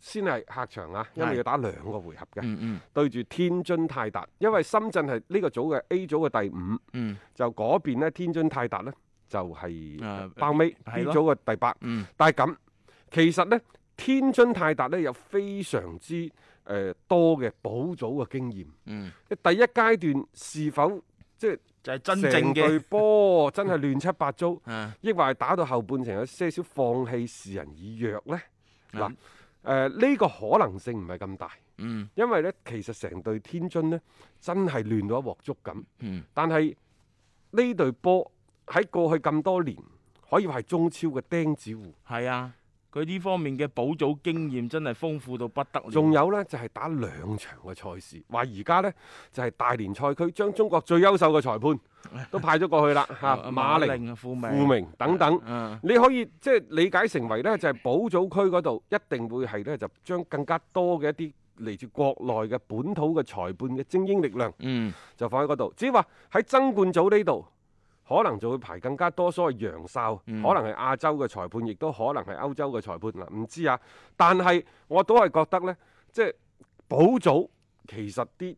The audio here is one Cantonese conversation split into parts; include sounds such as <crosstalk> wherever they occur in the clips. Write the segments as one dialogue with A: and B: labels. A: 先係客場啊，因為
B: 係
A: 要打兩個回合嘅，
B: 嗯嗯
A: 對住天津泰達，因為深圳係呢個組嘅 A 組嘅第五。
B: 嗯
A: 就嗰邊咧，天津泰達呢，就係、
B: 啊
A: 包尾
B: 係
A: B
B: 咯
A: 組嘅第八。
B: 嗯
A: 但係咁，其實呢，天津泰達呢有非常之誒、呃多嘅補組嘅經驗。
B: 嗯，
A: 第一階段是否即係
B: 就係真
A: 成
B: 正
A: 隊
B: 嘅
A: 波真係亂七八糟， <laughs>
B: 啊
A: 抑或係打到後半程有些少放棄示人以弱呢？嗱、
B: 嗯
A: 誒呢個可能性唔係咁大，
B: 嗯
A: 因為呢，其實成隊天津呢，真係亂到一鑊粥咁。
B: 嗯
A: 但係呢隊波喺過去咁多年，可以話係中超嘅釘子戶。
B: 係啊，佢呢方面嘅補組經驗真係豐富到不得了。
A: 仲有呢，就係、打兩場嘅賽事，話而家呢，就係、大連賽區將中國最優秀嘅裁判都派咗過去啦，嚇、
B: 啊
A: 馬寧、
B: 寧、富
A: 傅
B: 明、
A: 明等等。
B: 嗯
A: 你可以即係理解成為呢，就係、保組區嗰度一定會係呢，就將更加多嘅一啲嚟自國內嘅本土嘅裁判嘅精英力量。
B: 嗯
A: 就放喺嗰度。只係話喺爭冠組呢度，可能就會排更加多所謂洋哨，
B: 嗯
A: 可能係亞洲嘅裁判，亦都可能係歐洲嘅裁判嗱，唔知啊。但係我都係覺得呢，即係補組其實啲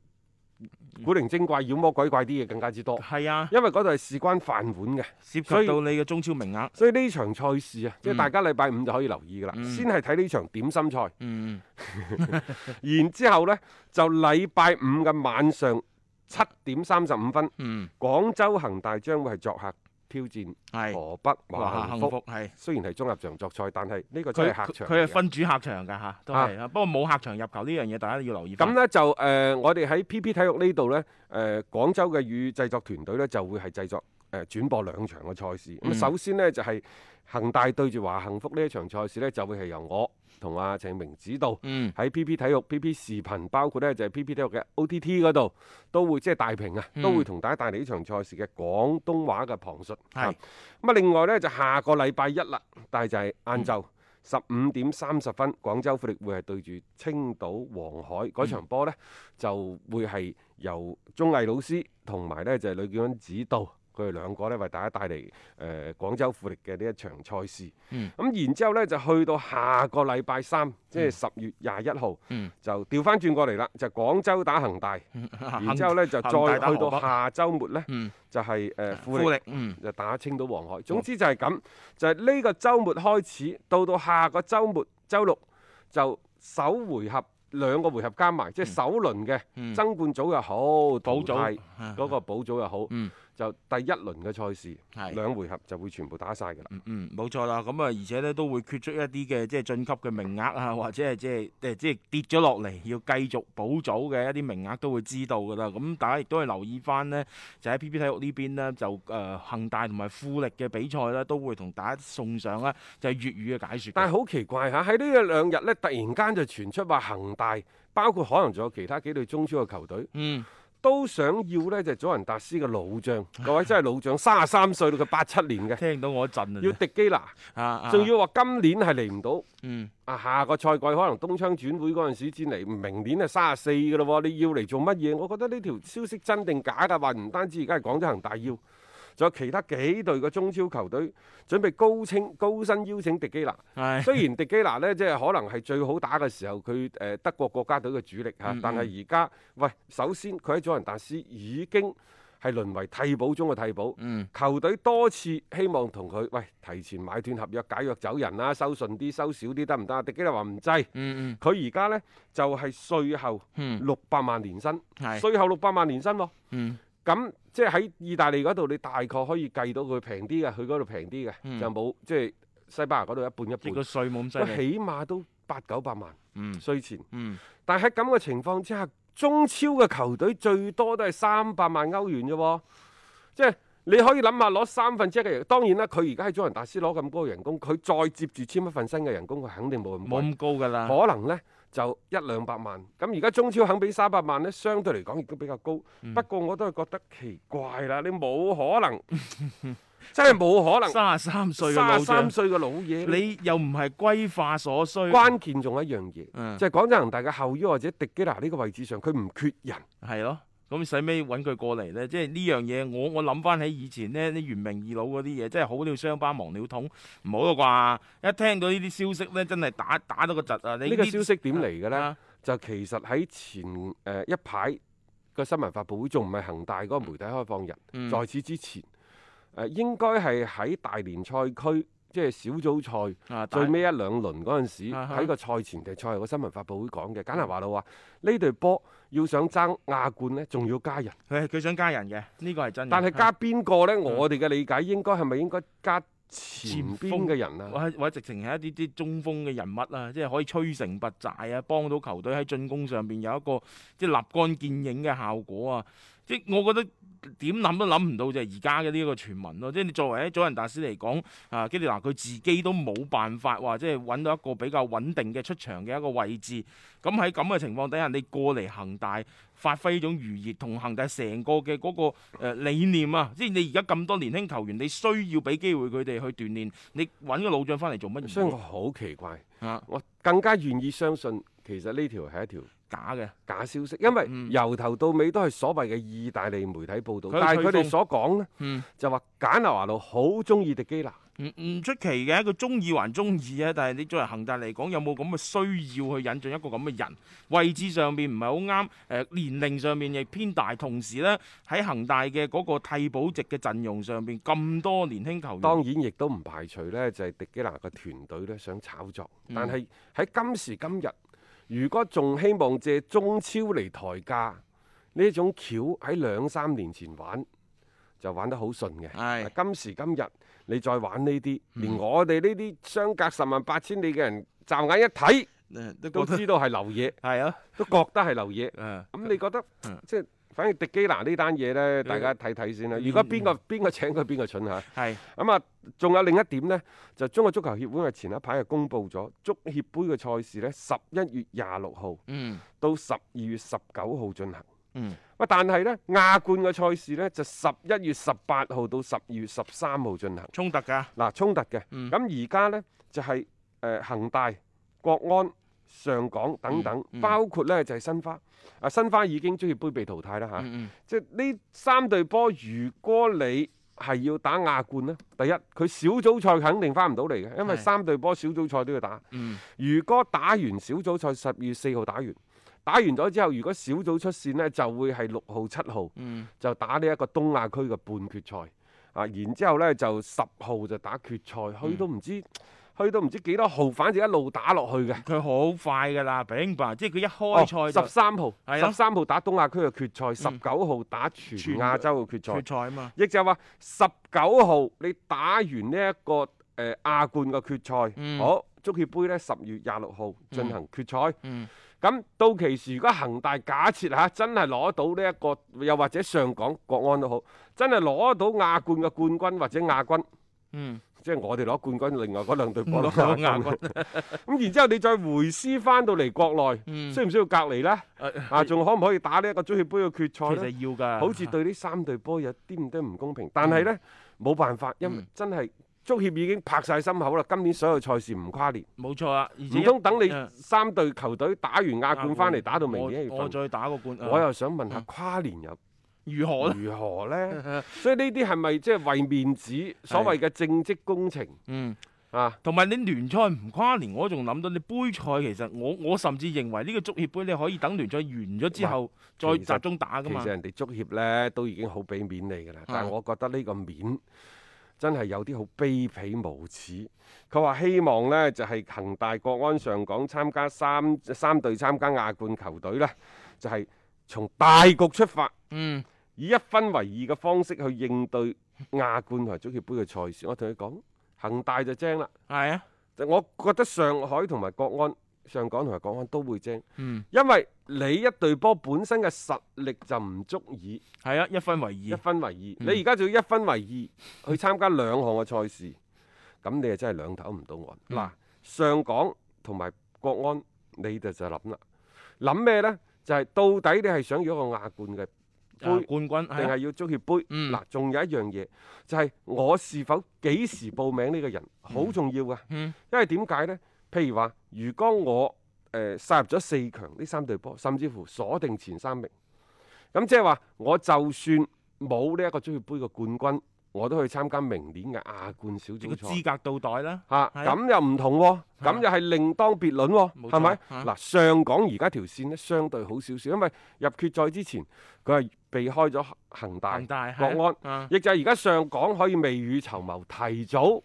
A: 古靈精怪、妖魔鬼怪啲嘢更加之多，
B: 係啊，
A: 因為嗰度係事關飯碗嘅。
B: 涉及
A: 所以
B: 到你嘅中超名額。
A: 所以呢場賽事啊，即係
B: 嗯
A: 大家禮拜五就可以留意㗎啦。
B: 嗯
A: 先係睇呢場點心賽，
B: 嗯
A: 然之後呢，就禮拜五嘅晚上七點三十五分。
B: 嗯，
A: 廣州恒大將會係作客挑戰
B: 係
A: 河北
B: 哇，
A: 華
B: 幸
A: 幸
B: 福
A: 福。
B: 係。
A: 雖然係中立場作賽，但係呢個真
B: 佢
A: 係
B: 佢
A: 客場
B: 佢
A: 嚟
B: 係
A: 嘅。
B: 分主客場㗎嚇，都係啊。不過冇客場入球呢樣嘢，大家要留意返。
A: 咁呢，就誒、呃我哋喺 PP 體育呢度呢，誒、呃廣州嘅語製作團隊呢就會係製作誒、呃、轉播兩場嘅賽事。咁、
B: 嗯
A: 首先呢，就係、恒大對住華幸福呢一場賽事呢，就會係由我同阿鄭明指導。
B: 嗯
A: 喺 PP 體育、PP 視頻，包括呢就係 PP 體育嘅 OTT 嗰度，都會即係大屏啊，
B: 嗯
A: 都會同大家帶嚟呢場賽事嘅廣東話嘅旁述。
B: 係
A: 啊咁啊，另外呢，就下個禮拜一啦，但係就係晏
B: 嗯
A: 晝十五點三十分，廣州富力會係對住青島黃海
B: 嗯
A: 嗰場波呢，就會係由鐘毅老師同埋呢就係呂建軍指導。佢哋兩個呢，為大家帶嚟誒、呃、廣州富力嘅呢一場賽事。
B: 嗯
A: 咁然之後呢，就去到下個禮拜三，即係十月廿一號，
B: 嗯
A: 就調翻轉過嚟啦，就廣州打恒大，
B: <laughs>
A: 然之後呢，就再
B: 恒大打
A: 去到
B: 河北
A: 下週末呢，
B: 嗯
A: 就係、誒富力
B: 富力嗯
A: 就打青島黃海。總之就係咁，就係、呢個週末開始，到到下個週末週六就首回合兩個回合加埋，即係首輪嘅
B: 嗯
A: 爭冠組又好，
B: 補
A: 淘汰
B: 組啊
A: 嗰個補組又好，
B: 嗯
A: 就第一輪嘅賽事
B: 係
A: 兩回合就會全部打晒㗎啦。
B: 嗯嗯冇錯啦。咁啊，而且咧都會缺出一啲嘅即係晉級嘅名額啊，或者係即係誒即係跌咗落嚟要繼續補組嘅一啲名額都會知道㗎啦。咁大家亦都係留意翻呢，就喺 PP 體育呢邊呢，就誒、呃恒大同埋富力嘅比賽咧，都會同大家送上啦，就係粵語嘅解説嘅。
A: 但係好奇怪嚇，喺呢個兩日呢，突然間就傳出話恒大，包括可能仲有其他幾隊中超嘅球隊，
B: 嗯
A: 都想要呢就祖雲達斯嘅老
B: <laughs>
A: 將，各位真係老將，三十三歲到佢八七年嘅，
B: 聽到我一陣
A: 要
B: 啊
A: 迪基拿，
B: 啊啊，
A: 仲要話今年係嚟唔到。
B: 嗯
A: 啊，下個賽季可能東窗轉會嗰陣時先嚟，明年係三十四嘅咯喎，你要嚟做乜嘢？我覺得呢條消息真定假㗎，話唔單止而家係廣州恒大要，仲有其他幾隊嘅中超球隊準備高清高薪邀請迪基
B: <laughs>
A: 拿。
B: 係
A: 雖然迪基拿呢，即係可能係最好打嘅時候，佢誒、呃德國國家隊嘅主力嚇，
B: 嗯嗯
A: 但係而家喂，首先佢喺祖雲達斯已經係淪為替補中嘅替補。
B: 嗯
A: 球隊多次希望同佢喂提前買斷合約解約走人啦，收順啲收少啲得唔得啊？迪基利話唔制，
B: 嗯
A: 佢而家呢就係、税後
B: 嗯
A: 六百萬年薪，
B: 係
A: 税後六百萬年薪喎、
B: 嗯
A: 咁即係喺意大利嗰度，你大概可以計到佢平啲嘅，佢嗰度平啲嘅，
B: 嗯
A: 就冇即係西班牙嗰度一半一
B: 即係個
A: 半，
B: 稅冇咁
A: 喂
B: 犀利，
A: 起碼都八九百萬
B: 嗯
A: 税前。
B: 嗯
A: 但係喺咁嘅情況之下，中超嘅球隊最多都係三百萬歐元啫喎，即係你可以諗下攞三分之一嘅人，當然啦，佢而家喺祖雲達斯攞咁高嘅人工，佢再接住簽一份新嘅人工，佢肯定冇咁
B: 冇咁啊
A: 貴，
B: 高㗎啦，
A: 可能呢，就一兩百萬。咁而家中超肯俾三百萬呢，相對嚟講亦都比較高。
B: 嗯
A: 不過我都係覺得奇怪啦，你冇可能，
B: <laughs>
A: 真係冇可能，
B: 三十三歲嘅
A: 三
B: 老
A: 十三
B: 將，
A: 歲嘅老嘢，
B: 你又唔係規化所需，
A: 關鍵仲有一樣嘢。
B: 嗯
A: 就係廣州恒大嘅後腰或者迪基拿呢個位置上，佢唔缺人。
B: 係咯。咁使咩揾佢過嚟呢？即係呢樣嘢，我我諗翻起以前呢啲元明二老嗰啲嘢，真係好了傷疤忘了痛，唔好啦啩！一聽到呢啲消息呢，真係打打到個窒啊！你
A: 呢個消息點嚟嘅呢？
B: 啊
A: 就其實喺前誒、呃一排個新聞發佈會，仲唔係恒大嗰個媒體開放日，
B: 嗯
A: 在此之前，誒、呃應該係喺大連賽區，即係小組賽
B: 啊打
A: 最尾一兩輪嗰陣時，
B: 啊哈
A: 喺個賽前定賽後個新聞發佈會講嘅，簡拿華路話呢隊波要想爭亞冠呢，仲要加人，
B: 佢佢想加人嘅，呢個係真嘅。
A: 但係加邊個
B: 嗯
A: 呢？我哋嘅理解應該係咪應該加前邊嘅人啊？
B: 或者或者直情係一啲啲中鋒嘅人物啊，即係可以摧城拔寨啊，幫到球隊喺進攻上邊有一個即係立竿見影嘅效果啊！即係我覺得點諗都諗唔到就係而家嘅呢一個傳聞咯。即係你作為喺祖雲達斯嚟講，啊基利拿佢自己都冇辦法話即係揾到一個比較穩定嘅出場嘅一個位置。咁喺咁嘅情況底下，你過嚟恒大發揮呢種餘熱，同恒大成個嘅嗰、個、呃、理念啊，即係你而家咁多年輕球員，你需要俾機會佢哋去鍛鍊，你揾個老將翻嚟做乜
A: 所以
B: 嘢
A: 我？好奇怪，
B: 啊，
A: 我更加願意相信其實呢條係一條
B: 假嘅，
A: 假消息，因為
B: 嗯
A: 由頭到尾都係所謂嘅意大利媒體報導，
B: 佢有
A: 但係佢
B: 吹
A: 哋
B: 風
A: 所講呢，
B: 嗯，
A: 就話簡拿華路好中意迪基拿，
B: 唔唔出奇嘅，佢中意還中意啊！但係你作為恒大嚟講，有冇咁嘅需要去引進一個咁嘅人？位置上面唔係好啱，誒、年齡上面亦偏大，同時呢，喺恒大嘅嗰個替補席嘅陣容上邊咁多年輕球員，
A: 當然亦都唔排除呢就係迪基拿個團隊呢想炒作，
B: 嗯
A: 但係喺今時今日，如果仲希望借中超嚟抬價呢種橋，喺兩三年前玩就玩得好順嘅。
B: 係嗯
A: 今時今日你再玩呢啲，連我哋呢啲相隔十萬八千里嘅人，驟眼一睇
B: 誒都
A: 都
B: 覺得
A: 知道係流
B: <laughs>
A: 嘢，
B: 係啊，
A: 都覺得係流嘢。
B: 誒。
A: 咁你覺得
B: 嗯
A: 即係反正迪基拿呢單嘢呢，大家睇睇先啦。如果邊個邊個請佢，邊個蠢嚇。
B: 係
A: 咁啊，仲有另一點呢，就中國足球協會係前一排係公布咗足協杯嘅賽事呢，十一月廿六號
B: 嗯
A: 到十二月十九號進行。
B: 嗯，
A: 喂，但係呢，亞冠嘅賽事呢，就十一月十八號到十二月十三號進行。
B: 衝突㗎，
A: 嗱，衝突嘅。
B: 嗯
A: 咁而家呢，就係、誒恒大、國安、上港等等，
B: 嗯嗯
A: 包括呢就係、申花。啊，申花已經足協杯被淘汰啦嚇。
B: 嗯嗯，
A: 即係呢三隊波，如果你係要打亞冠呢，第一佢小組賽肯定翻唔到嚟嘅，因為
B: 係
A: 三隊波小組賽都要打。
B: 嗯
A: 如果打完小組賽，十二月四號打完，打完咗之後，如果小組出線呢，就會係六號、七號
B: 嗯
A: 就打呢一個東亞區嘅半決賽啊，然之後呢，就十號就打決賽，
B: 嗯
A: 去到唔知、去到唔知幾多號，反正一路打落去嘅。哦
B: 佢好快㗎啦，炳吧，即係佢一開賽就
A: 十三號，
B: 係啊
A: 十三號打東亞區嘅決賽，十
B: 嗯
A: 九號打全
B: 全
A: 亞洲嘅決賽
B: 決。賽啊嘛，
A: 亦就係話十九號你打完呢、一個誒、呃、亞冠嘅決賽，
B: 嗯
A: 好足協杯呢，十月廿六號進行決賽。
B: 嗯
A: 咁、到期時，如果恒大假設嚇真係攞到呢、一個，又或者上港國安都好，真係攞到亞冠嘅冠軍或者亞軍，
B: 嗯，
A: 即係我哋攞冠軍，另外嗰兩隊波
B: 攞
A: 攞亞
B: 亞
A: 軍。咁然之後你再回師翻到嚟國內，
B: 嗯
A: 需唔需要隔離呢？啊，
B: 誒
A: 仲可唔可以打呢一個足協杯嘅
B: 其
A: 決賽呢？
B: 實要㗎，
A: 好似對呢三隊波有啲唔得唔公平，但係呢，冇辦法，因為
B: 嗯
A: 真係足協已經拍晒心口啦。今年所有賽事唔跨年，
B: 冇錯啊，而且
A: 唔通等你
B: 嗯啊
A: 三隊球隊打完亞冠翻嚟打到明年一月
B: 我我
A: 份？
B: 再打個冠，
A: 我又想問下
B: 嗯
A: 跨年又
B: 如何咧？
A: 如
B: <laughs>
A: 何呢？所以呢啲係咪即係為面子所謂嘅政績工程
B: 嗯。
A: 啊？
B: 同埋你聯賽唔跨年，我仲諗到你杯賽其實我我甚至認為呢個足協杯你可以等聯賽完咗之後再
A: 其實
B: 集中打噶
A: 其
B: 嘛
A: 實。人哋足協呢都已經好俾面你㗎啦，但係我覺得呢個面真係有啲好卑鄙無恥。佢話希望呢就係、恒大、國安、上港參加三三隊參加亞冠球隊呢，就係、從大局出發，
B: 嗯，
A: 以一分為二嘅方式去應對亞冠同埋足協杯嘅賽事。我同你講，恒大就精啦，
B: 係啊，
A: 就我覺得上海同埋國安、上港同埋國安都會精，
B: 嗯，
A: 因為你一隊波本身嘅實力就唔足以。
B: 係啊，一分為
A: 一
B: 二，嗯
A: 分為二，你而家就要一分為二去參加兩項嘅賽事，咁你啊真係兩頭唔到岸。
B: 嗯
A: 嗱、上港同埋國安，你就就諗啦，諗咩呢？就係、到底你係想要一個亞冠嘅
B: 啊
A: 杯，
B: 冠軍
A: 定
B: 係
A: 係
B: 啊
A: 要足協杯？
B: 嗯
A: 嗱、仲有一樣嘢就係、我是否幾時報名呢個人好重要啊！
B: 嗯
A: 因為點解呢？譬如話，如果我誒殺、入咗四強呢三隊波，甚至乎鎖定前三名，咁即係話我就算冇呢一個足協杯嘅冠軍，我都去參加明年嘅亞冠小
B: 個
A: 組賽
B: 資。格到袋啦，
A: 嚇
B: 係啊
A: 咁、又唔同喎、咁又係另當別論喎、
B: 冇錯
A: 係咪？
B: 嚇
A: 嗱、上港而家條線呢，相對好少少，因為入決賽之前佢係避開咗恒大、
B: 恒大係啊
A: 國安。
B: 啊， <laughs>
A: 亦就係而家上港可以未雨綢繆，提早。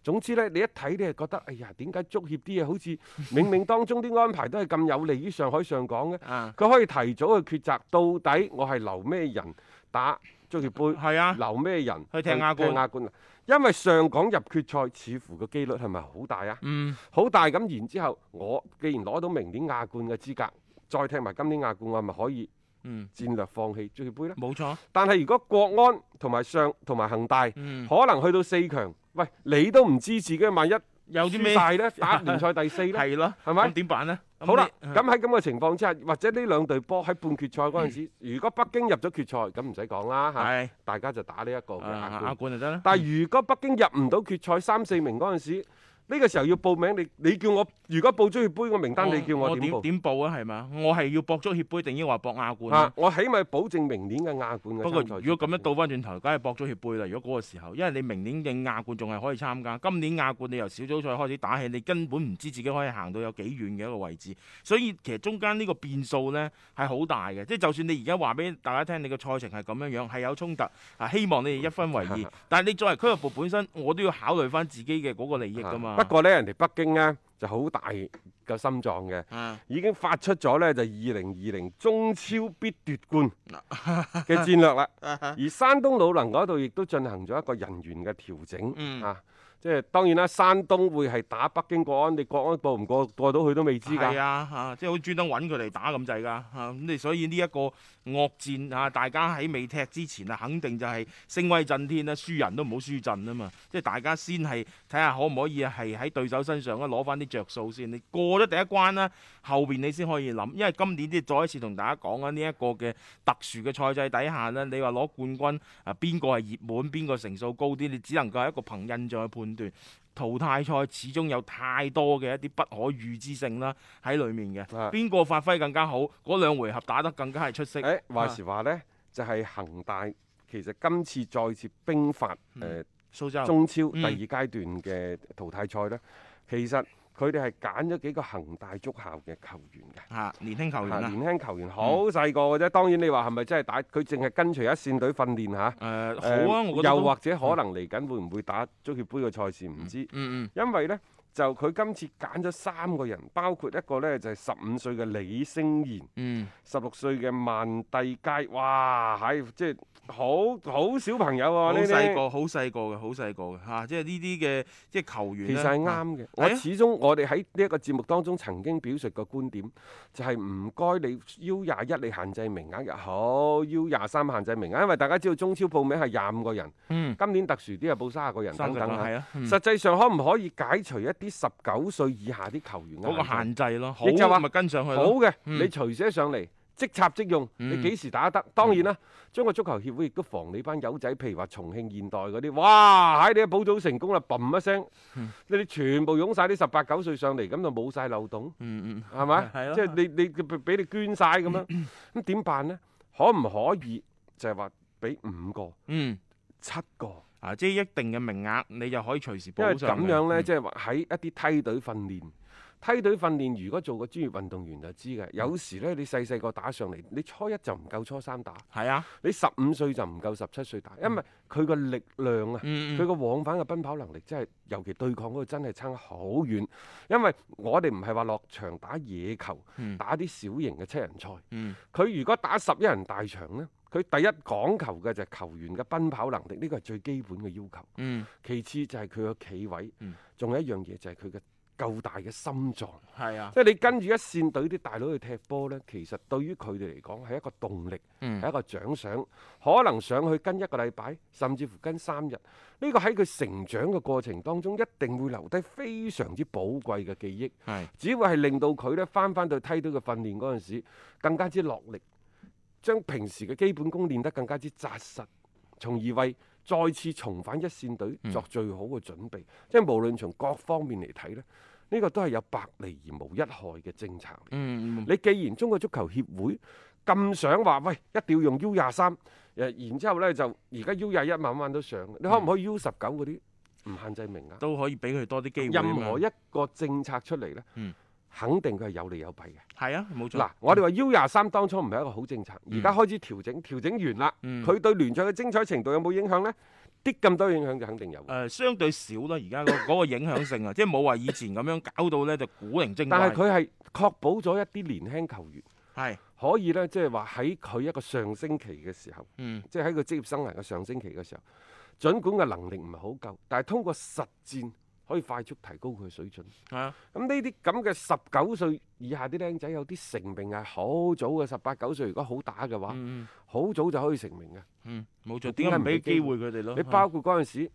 A: 總之呢，你一睇你係覺得，哎呀，點解足協啲嘢好似冥冥當中啲安排都係咁有利於上海上港嘅？
B: 啊，
A: 佢可以提早去抉擇，到底我係留咩人打足協杯，
B: 係啊，
A: 留咩人
B: 去踢亞冠
A: 亞冠啊因為上港入決賽似乎個機率係咪好大啊？
B: 嗯，
A: 好大咁，然之後我既然攞到明年亞冠嘅資格，再踢埋今年亞冠，我係咪可以
B: 嗯，
A: 戰略放棄足協杯呢？
B: 冇錯，
A: 但係如果國安同埋上同埋恒大，
B: 嗯，
A: 可能去到四強，喂，你都唔知自己萬一
B: 有啲
A: 輸
B: 咩
A: 晒咧，打聯賽第四
B: <laughs>
A: 咧，
B: 係咯，
A: 係咪
B: 咁點辦呢？
A: 好啦，
B: 你
A: 咁喺咁嘅情況之下，或者呢兩隊波喺半決賽嗰陣時，如果北京入咗決賽，咁唔使講啦嚇，
B: 嗯係
A: 大家就打呢一個嘅亞
B: 啊亞
A: 冠。
B: 冠就得啦。
A: 但係如果北京入唔到決賽三四名嗰陣時，呢個時候要報名，你你叫我如果報足協杯個名單，你叫我點
B: 點
A: 報？
B: 點報啊？係嘛？我係要博足協杯定抑或博亞冠啊
A: 啊，我起碼保證明年嘅亞冠嘅參賽資格。
B: 不過如果咁樣倒翻轉頭，梗係博咗協杯啦。如果嗰個時候，因為你明年嘅亞冠仲係可以參加，今年亞冠你由小組賽開始打起，你根本唔知自己可以行到有幾遠嘅一個位置。所以其實中間呢個變數呢係好大嘅。即係就算你而家話俾大家聽，你嘅賽程係咁樣樣，係有衝突啊，希望你哋一分為
A: 啊
B: 二。但係你作為俱樂部本身，我都要考慮翻自己嘅嗰個利益㗎嘛。
A: 啊不過呢，人哋北京呢就好大嘅心臟嘅，
B: 啊，
A: 已經發出咗呢就二零二零中超必奪冠嘅戰
B: <laughs>
A: 略啦。而山東魯能嗰度亦都進行咗一個人員嘅調整、
B: 嗯
A: 啊。即係當然啦，山東會係打北京國安，你國安過唔過過到去都未知㗎。
B: 係啊，嚇、即係好專登揾佢嚟打咁滯㗎，嚇、啊咁你所以呢一個惡戰啊，大家喺未踢之前啊，肯定就係聲威震天啦，輸人都唔好輸陣啊嘛，即係大家先係睇下可唔可以係喺對手身上咧啊攞翻啲着數先，你過咗第一關啦，後邊你先可以諗，因為今年即係再一次同大家講啊，呢、一個嘅特殊嘅賽制底下呢，你話攞冠軍啊，邊個係熱門，邊個成數高啲，你只能夠係一個憑印象去判斷。淘汰賽始終有太多嘅一啲不可預知性啦喺裡面
A: 啊
B: 嘅，邊個發揮更加好，嗰兩回合打得更加係出色。
A: 誒話時話呢，就係、恒大其實今次再次兵發誒、
B: 嗯蘇州，
A: 中超第
B: 嗯
A: 二階段嘅淘汰賽呢，其實佢哋係揀咗幾個恒大足校嘅球員嘅。
B: 嚇年輕球員
A: 啊
B: 啦，嗯
A: 年輕球員好細個嘅啫，當然你話係咪真係打？佢淨係跟隨一線隊訓練嚇。
B: 誒、好啊，
A: 誒
B: 我覺得
A: 又
B: 都嗯
A: 或者可能嚟緊會唔會打足協杯嘅賽事唔知，
B: 嗯嗯
A: 因為呢，就佢今次揀咗三個人，包括一個呢就係十五歲嘅李星賢，
B: 嗯，
A: 十六歲嘅萬帝佳，哇！係即係好好小朋
B: 好
A: 友喎哦呢
B: 細
A: 啲。
B: 個，嗯啊好細個嘅，好細個嘅嚇，即係呢啲嘅即係球員
A: 其
B: 呢
A: 實係啱嘅，我
B: 係啊
A: 始終我哋喺呢一個節目當中曾經表述過觀點，就係唔該你 U 廿一你限制名額又好，U 廿三限制名額，因為大家知道中超報名係廿五個人，
B: 嗯
A: 今年特殊啲係報三十個人
B: 三
A: 等
B: 十
A: 等
B: 個
A: 啊
B: 係啊，嗯
A: 實際上可唔可以解除一啲十九歲以下啲球員嘅
B: 嗰個
A: 限制
B: 限制咯，好
A: 亦就話
B: 咪跟上去
A: 好
B: 咯，
A: 嘅，
B: 嗯
A: 你隨寫上嚟，即插即用，
B: 嗯
A: 你幾時打得？當然啦，中國足球協會亦都防你班友仔，譬如話重慶現代嗰啲，哇！喺你保組成功啦，嘣一聲，
B: 嗯
A: 你哋全部湧晒啲十八九歲上嚟，咁就冇晒漏洞，
B: 嗯嗯，
A: 係咪
B: 係？咯
A: 即係你你佢俾你捐晒
B: <clears throat>
A: 咁樣，咁點辦呢？可唔可以就係話俾五個、
B: 嗯
A: 七個？
B: 啊，即係一定嘅名額，你就可以隨時
A: 因為
B: 補上
A: 咁
B: 嘅。
A: 樣呢，
B: 嗯
A: 即係話喺一啲梯隊訓練。梯隊訓練如果做過專業運動員就知嘅，有時呢，你細細個打上嚟，你初一就唔夠初三打，
B: 係啊，
A: 你十五歲就唔夠十七歲打，因為佢個力量啊，
B: 嗯
A: 佢
B: 嗯
A: 個往返嘅奔跑能力真係，尤其對抗嗰個真係差好遠。因為我哋唔係話落場打野球
B: 嗯，
A: 打啲小型嘅七人賽，
B: 嗯
A: 佢如果打十一人大場呢，佢第一講求嘅就係球員嘅奔跑能力，呢個係最基本嘅要求。
B: 嗯，
A: 其次就係佢個企位
B: 嗯，
A: 仲、有一樣嘢就係佢嘅夠大嘅心臟。
B: 係啊，
A: 即係你跟住一線隊啲大佬去踢波呢，其實對於佢哋嚟講係一個動力，係、
B: 嗯
A: 一個獎賞。可能上去跟一個禮拜，甚至乎跟三日，呢、個喺佢成長嘅過程當中，一定會留低非常之寶貴嘅記憶。
B: 係
A: 只會係令到佢呢翻翻到梯隊嘅訓練嗰陣時，更加之落力，將平時嘅基本功練得更加之扎實，從而為再次重返一線隊
B: 嗯
A: 作最好嘅準備。即係無論從各方面嚟睇呢，呢、個都係有百利而無一害嘅政策嚟。
B: 嗯
A: 你既然中國足球協會咁想話，喂，一定要用 U 廿三，誒，然之後呢，就而家 U 廿一慢慢都上，你
B: 嗯
A: 可唔可以 U 十九嗰啲唔限制名額？
B: 都可以俾佢多啲機會啊嘛。
A: 任何一個政策出嚟呢，
B: 嗯
A: 肯定佢係有利有弊嘅。
B: 係啊，冇錯。
A: 嗱，我哋話 U 廿三當初唔係一個好政策，而家開始調整，調整完啦，
B: 嗯
A: 佢對聯賽嘅精彩程度有冇影響呢？啲咁多影響就肯定有
B: 誒、。呃相對少啦，而家
A: <laughs>
B: 嗰嗰個影響性啊，即係冇話以前咁樣搞到咧就古靈精怪。
A: 但係佢係確保咗一啲年輕球員
B: 係
A: 可以呢，即係話喺佢一個上升期嘅時候，
B: 嗯
A: 即係喺佢職業生涯嘅上升期嘅時候，儘管嘅能力唔係好夠，但係通過實戰可以快速提高佢嘅水準。
B: 係啊，
A: 咁呢啲咁嘅十九歲以下啲僆仔，有啲成名係好早嘅，十八九歲如果好打嘅話，
B: 嗯
A: 好、早就可以成名嘅。
B: 嗯冇錯。
A: 點
B: 點
A: 解
B: 解
A: 唔
B: 唔
A: 俾
B: 俾
A: 機
B: 機會佢哋咯？啊
A: 你包括嗰陣時，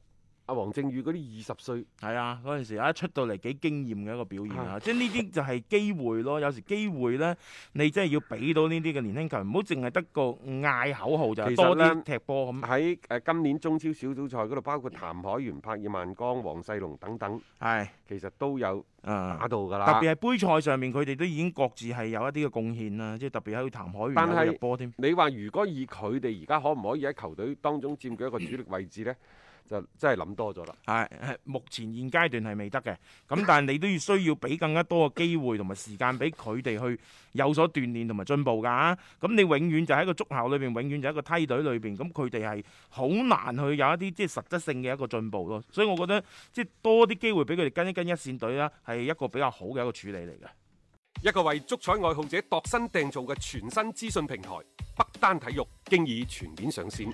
A: 阿黃正宇嗰啲二十歲，
B: 係啊，嗰陣時啊一出到嚟幾驚豔嘅一個表現啊！
A: 係
B: 即係呢啲就係機會咯。有時機會咧，你真係要俾到呢啲嘅年輕球員，唔好淨係得個嗌口號就係
A: 其實
B: 多
A: 呢
B: 啲踢波咁。
A: 喺誒、呃今年中超小組賽嗰度，包括譚凱源、柏爾曼江、黃世龍等等，
B: 係啊
A: 其實都有
B: 誒
A: 打。到㗎
B: 特
A: 啦。
B: 別係杯賽上面，佢哋都已經各自係有一啲嘅貢獻啦，即係特別喺譚海源
A: 但
B: 有
A: 係
B: 個入波添。
A: 你話如果以佢哋而家可唔可以喺球隊當中佔據一個主力位置呢？就真係諗多咗啦。
B: 係係目前現階段係未得嘅，咁但係你都要需要俾更加多嘅機會同埋時間俾佢哋去有所鍛鍊同埋進步㗎。咁你永遠就喺個足校裏邊，永遠就喺個梯隊裏邊，咁佢哋係好難去有一啲即係實質性嘅一個進步咯。所以我覺得即係多啲機會俾佢哋跟一跟一線隊啦，係一個比較好嘅一個處理嚟嘅。
C: 一個為足彩愛好者度身訂造嘅全新資訊平台北單體育，經已全面上線。